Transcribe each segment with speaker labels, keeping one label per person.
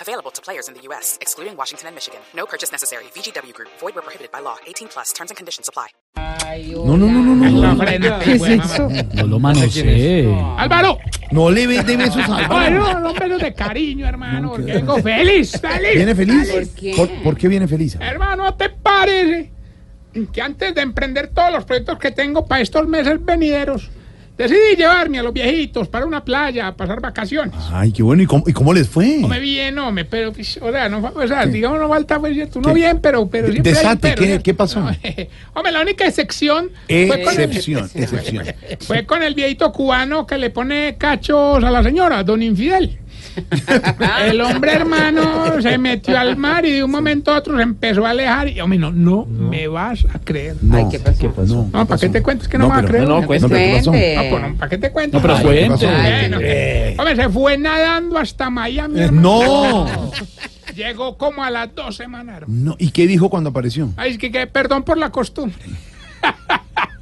Speaker 1: Available to players in the U.S., excluding Washington and Michigan. No purchase necessary. VGW Group, void were prohibited by law. 18 plus terms and conditions apply.
Speaker 2: No, no, no, no, no. no. ¿Qué es eso?
Speaker 3: No lo manosee.
Speaker 2: ¡Álvaro!
Speaker 3: No le ve- dé besos a Álvaro.
Speaker 2: ¡Álvaro! Los besos de cariño, hermano, porque vengo feliz, feliz.
Speaker 3: ¿Viene feliz? ¿Por, por qué viene feliz?
Speaker 2: Hermano, ¿te parece que antes de emprender todos los proyectos que tengo para estos meses venideros, decidí llevarme a los viejitos para una playa a pasar vacaciones?
Speaker 3: Ay, qué bueno. ¿Y cómo, y cómo les fue?
Speaker 2: No me bien, no me, pero, pues, o sea, no, o sea, digamos, no falta, pues, tú no bien, pero, pero siempre hay un
Speaker 3: Desate,
Speaker 2: pero,
Speaker 3: ¿qué-
Speaker 2: ¿cierto?
Speaker 3: qué pasó?
Speaker 2: No, hombre, la única excepción fue con el-
Speaker 3: Excepción, excepción.
Speaker 2: Fue con el viejito cubano que le pone cachos a la señora, don Infidel. El hombre hermano se metió al mar y de un momento a otro se empezó a alejar. Y, hombre, no, no, me vas a creer.
Speaker 3: No, ¿qué pasó? No,
Speaker 2: No, ¿para qué te cuento? Es que no, me vas a
Speaker 3: pero-
Speaker 2: creer.
Speaker 3: no, pero ¿qué pasó?
Speaker 2: No, pues, no, ¿Para qué te cuento?
Speaker 3: pero
Speaker 2: Ay,
Speaker 3: cuente.
Speaker 2: ¿qué pasó?
Speaker 3: Ay,
Speaker 2: Bueno,
Speaker 3: eh.
Speaker 2: Hombre, se fue nadando hasta Miami.
Speaker 3: Eh,
Speaker 2: hermano.
Speaker 3: No.
Speaker 2: Llegó como a las dos semanas, hermano.
Speaker 3: No. ¿Y qué dijo cuando apareció?
Speaker 2: Ay, es que, que perdón por la costumbre.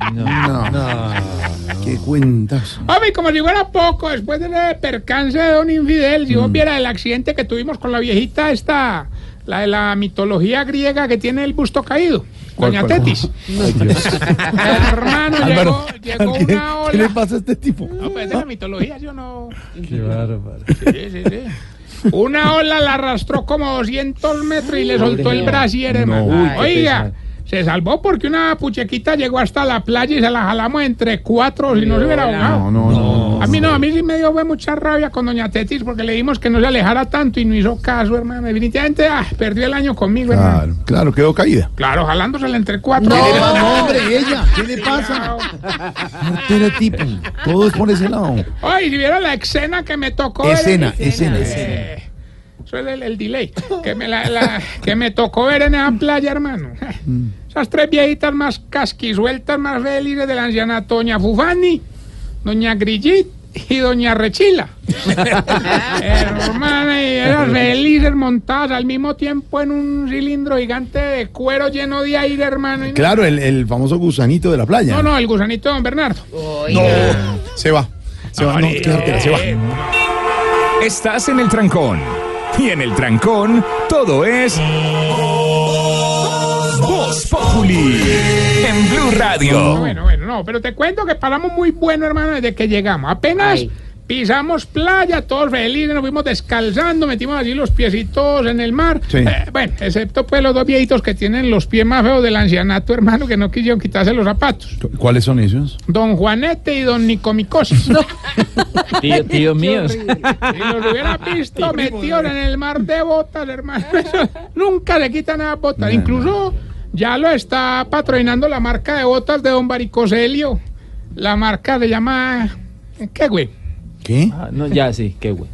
Speaker 2: Ah.
Speaker 3: No. ¿Qué cuentas?
Speaker 2: Hombre, como si fuera poco, después de ese percance de Don Infidel, si vos
Speaker 3: Mm.
Speaker 2: viera el accidente que tuvimos con la viejita esta, la de la mitología griega que tiene el busto caído,
Speaker 3: ¿Cuál,
Speaker 2: Doña
Speaker 3: cuál?
Speaker 2: Tetis.
Speaker 3: Ay, Dios.
Speaker 2: Hermano,
Speaker 3: Álvaro,
Speaker 2: llegó, llegó
Speaker 3: ¿qué,
Speaker 2: una
Speaker 3: qué le
Speaker 2: ola.
Speaker 3: pasa a este tipo?
Speaker 2: No, pues es de la mitología, yo no...
Speaker 4: Qué bárbaro.
Speaker 2: Sí, sí, sí. Una ola la arrastró como 200 metros y le soltó el brasier, hermano.
Speaker 3: uy, qué
Speaker 2: Oiga, se salvó porque una puchequita llegó hasta la playa y se la jalamos entre cuatro, si no se hubiera
Speaker 3: No,
Speaker 2: ahogado.
Speaker 3: no, no.
Speaker 2: A mí no, a mí sí me dio fue mucha rabia con Doña Tetis porque le dimos que no se alejara tanto y no hizo caso, hermano. Definitivamente ah, perdió el año conmigo, hermano.
Speaker 3: Claro, claro, quedó caída.
Speaker 2: Claro, jalándosela entre cuatro.
Speaker 3: ¿Qué le pasa? No, hombre, ella. ¿Qué le pasa? No tiene tipo. Todo es por ese lado.
Speaker 2: Ay, si vieron la escena que me tocó. ver en
Speaker 3: Escena, escena, escena.
Speaker 2: Eh, Eso es el, el delay. Que me, la- la- que me tocó ver en esa playa, hermano.
Speaker 3: Mm.
Speaker 2: Esas tres viejitas más casquisueltas, más felices de la anciana Doña Fufani, Doña Grillit y Doña Rechila. Hermana, y eran felices montadas al mismo tiempo en un cilindro gigante de cuero lleno de aire, hermano. y no-
Speaker 3: Claro, el, el famoso gusanito de la playa.
Speaker 2: No, no, el gusanito de Don Bernardo.
Speaker 3: No, se va. Se va, no, quédatela, se va.
Speaker 2: eh.
Speaker 5: Estás en el trancón. Y en el trancón, todo es. Voz Populi. En
Speaker 2: No,
Speaker 5: Blue Radio.
Speaker 2: Bueno, bueno, no, pero te cuento que paramos muy bueno, hermano, desde que llegamos. Apenas pisamos playa, todos felices, nos fuimos descalzando, metimos así los piecitos en el mar.
Speaker 3: Sí.
Speaker 2: Eh, bueno, excepto pues los dos viejitos que tienen los pies más feos del ancianato, hermano, que no quisieron quitarse los zapatos.
Speaker 3: ¿Cu- ¿Cuáles son esos?
Speaker 2: Don Juanete y don Nicomicosis. No.
Speaker 4: Tío, tío mío.
Speaker 2: Si los hubiera visto metidos en el mar de botas, hermano. Eso, nunca le quitan a botas. Incluso ya lo está patrocinando la marca de botas de Don Baricoselio. La marca se llama. ¿Qué, güey?
Speaker 3: ¿Qué?
Speaker 4: Ah, no, ya sí, qué güey.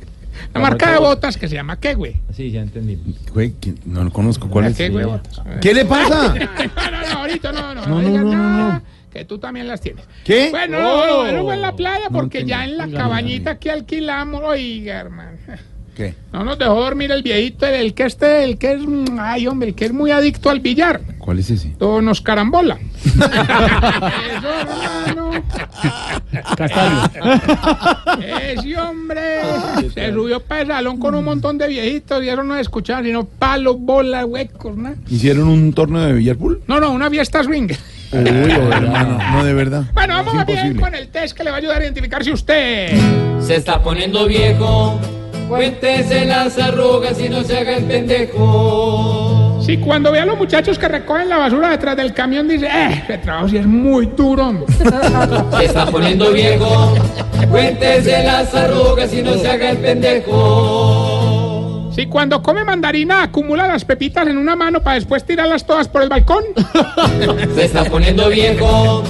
Speaker 2: La marca de botas que se llama ¿Qué, güey?
Speaker 4: Sí, ya entendí.
Speaker 3: Güey, que no lo conozco. ¿Cuál es?
Speaker 2: ¿Qué, güey?
Speaker 4: sí.
Speaker 2: Botas.
Speaker 3: ¿Qué le pasa?
Speaker 2: No, no, no, ahorita no, no, no,
Speaker 3: No, no,
Speaker 2: digas
Speaker 3: no, no,
Speaker 2: nada,
Speaker 3: no.
Speaker 2: Que tú también las tienes.
Speaker 3: ¿Qué?
Speaker 2: Bueno, no, no, bueno, fue en la playa porque ya en la cabañita que alquilamos, oiga, hermano.
Speaker 3: ¿Qué?
Speaker 2: No nos dejó dormir el viejito, el, el que este, el que es, mm, ay hombre, el que es muy adicto al billar.
Speaker 3: ¿Cuál es ese?
Speaker 2: Todo nos carambola. Eso, hermano. Ese hombre se subió para el salón con un montón de viejitos y eso no escuchaban, sino palos, bolas, huecos, ¿no?
Speaker 3: ¿Hicieron un torneo de billar pool?
Speaker 2: No, no, una fiesta swing.
Speaker 3: Uy, hermano, no, de verdad.
Speaker 2: Bueno, vamos
Speaker 3: es
Speaker 2: a bien
Speaker 3: imposible.
Speaker 2: con el test que le va a ayudar a identificar si usted.
Speaker 6: Se está poniendo viejo. Cuéntese las arrugas y no se haga el pendejo.
Speaker 2: Si cuando ve a los muchachos que recogen la basura detrás del camión dice, eh, ese trabajo sí es muy duro, hombre.
Speaker 6: Se está poniendo viejo. Cuéntese las arrugas y no se haga el pendejo.
Speaker 2: Si cuando come mandarina acumula las pepitas en una mano para después tirarlas todas por el balcón.
Speaker 6: Se está poniendo viejo.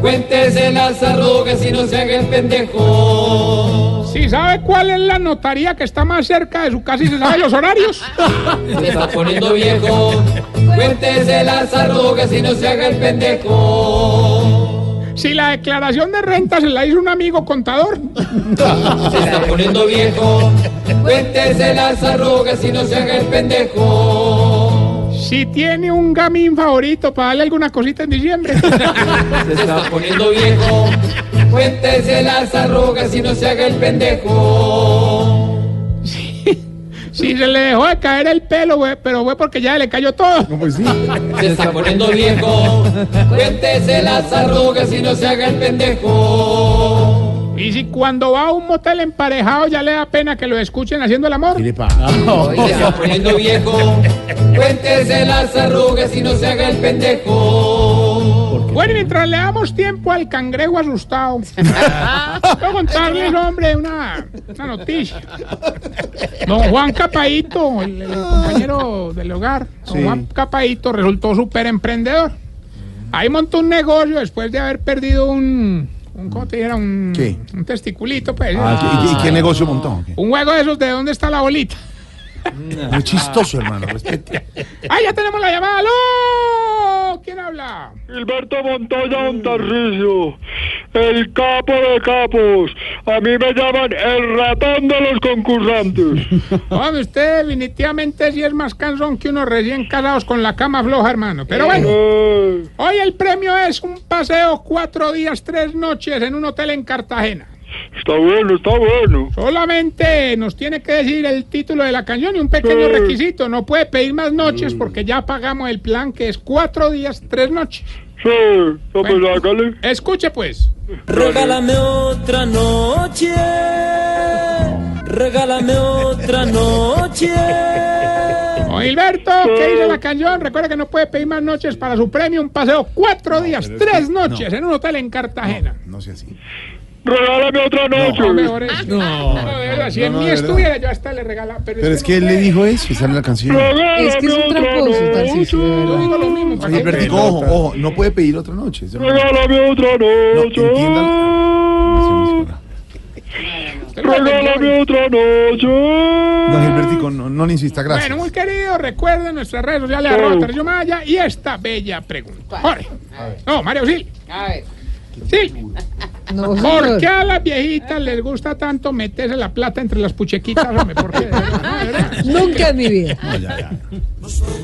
Speaker 6: Cuéntese las arrugas y no se haga el pendejo.
Speaker 2: Si sabe cuál es la notaría que está más cerca de su casa y se sabe los horarios.
Speaker 6: Se está poniendo viejo. Cuéntese las arrugas y no se haga el pendejo.
Speaker 2: Si la declaración de renta se la hizo un amigo contador.
Speaker 6: Se está poniendo viejo. Cuéntese las arrugas y no se haga el pendejo.
Speaker 2: Si tiene un gamín favorito para darle alguna cosita en diciembre.
Speaker 6: Se está poniendo viejo. Cuéntese las arrugas y no se haga el pendejo.
Speaker 2: Si se le dejó de caer el pelo, güey, pero fue porque ya le cayó todo.
Speaker 3: No, pues sí.
Speaker 6: Se está poniendo viejo. Cuéntese las arrugas y no se haga el pendejo.
Speaker 2: Y si cuando va a un motel emparejado ya le da pena que lo escuchen haciendo el amor.
Speaker 3: ¿Qué le
Speaker 2: Ah,
Speaker 3: pasa?
Speaker 6: Se está poniendo viejo. Cuéntese las arrugas y no se haga el pendejo.
Speaker 2: Bueno, y mientras le damos tiempo al cangrejo asustado, voy a contarles, hombre, una, una noticia. Don Juan Capaito, el, el compañero del hogar, don
Speaker 3: Sí.
Speaker 2: Juan Capaito resultó súper emprendedor. Ahí montó un negocio después de haber perdido un, un ¿cómo te dijera? Un,
Speaker 3: ¿Qué?
Speaker 2: un testiculito, pues.
Speaker 3: Ah, ¿y qué- ¿Y qué negocio montó? ¿Qué?
Speaker 2: Un juego de esos de dónde está la bolita.
Speaker 3: Muy chistoso, hermano. respete.
Speaker 2: ¡Ah, ya tenemos la llamada! ¡Aló! ¿Quién habla?
Speaker 7: Gilberto Montoya Ontarrillo, el capo de capos. A mí me llaman el ratón de los concursantes.
Speaker 2: Hombre, usted definitivamente sí es más cansón que unos recién casados con la cama floja, hermano. Pero bueno,
Speaker 7: Eh,
Speaker 2: hoy el premio es un paseo cuatro días, tres noches en un hotel en Cartagena.
Speaker 7: está bueno, está bueno.
Speaker 2: Solamente nos tiene que decir el título de la canción y un pequeño
Speaker 7: Sí. Mm.
Speaker 2: requisito. No puede pedir más noches porque ya pagamos el plan que es cuatro días, tres noches.
Speaker 7: Sí, no, pues
Speaker 2: Bueno.
Speaker 7: hágale.
Speaker 2: Escuche pues.
Speaker 8: Regálame otra noche. Regálame otra noche.
Speaker 2: Don Oh, Gilberto, ¿qué dice la canción? Recuerda que no puede pedir más noches para su premio. Un paseo cuatro días, tres noches en un hotel en Cartagena.
Speaker 3: No sé así.
Speaker 7: Regálame otra
Speaker 2: No,
Speaker 7: noche.
Speaker 2: mejor es- No, de verdad, si en
Speaker 3: no,
Speaker 2: mí
Speaker 3: de verdad.
Speaker 2: estuviera, yo hasta le regalaba. Pero,
Speaker 3: Pero es que él le dijo eso, está en la canción.
Speaker 7: Regálame
Speaker 9: Es que es un
Speaker 7: otra
Speaker 9: tramposo, Tarcisio, de
Speaker 7: noche.
Speaker 2: Yo digo lo mismo. ¿para
Speaker 3: Oye,
Speaker 2: qué?
Speaker 3: pero digo, ojo, ojo, no puede pedir otra noche. Eso no-
Speaker 7: Regálame otra
Speaker 3: entiéndalo.
Speaker 7: noche.
Speaker 2: Usted lo entendió.
Speaker 7: Regálame otra
Speaker 3: No,
Speaker 7: noche.
Speaker 3: Gilbertico, no, no le insista, gracias.
Speaker 2: Bueno, muy querido, recuerden nuestras redes sociales,
Speaker 7: Sí.
Speaker 2: arroba Tarcisio Maya, y esta bella pregunta. Jorge. No, Mario, sí.
Speaker 6: A ver.
Speaker 2: Sí.
Speaker 9: No,
Speaker 2: ¿Por
Speaker 9: señor.
Speaker 2: qué a las viejitas les gusta tanto meterse la plata entre las puchequitas? hombre? ¿Por qué? De verdad, de verdad.
Speaker 9: Nunca en mi vida.
Speaker 3: No, ya, ya.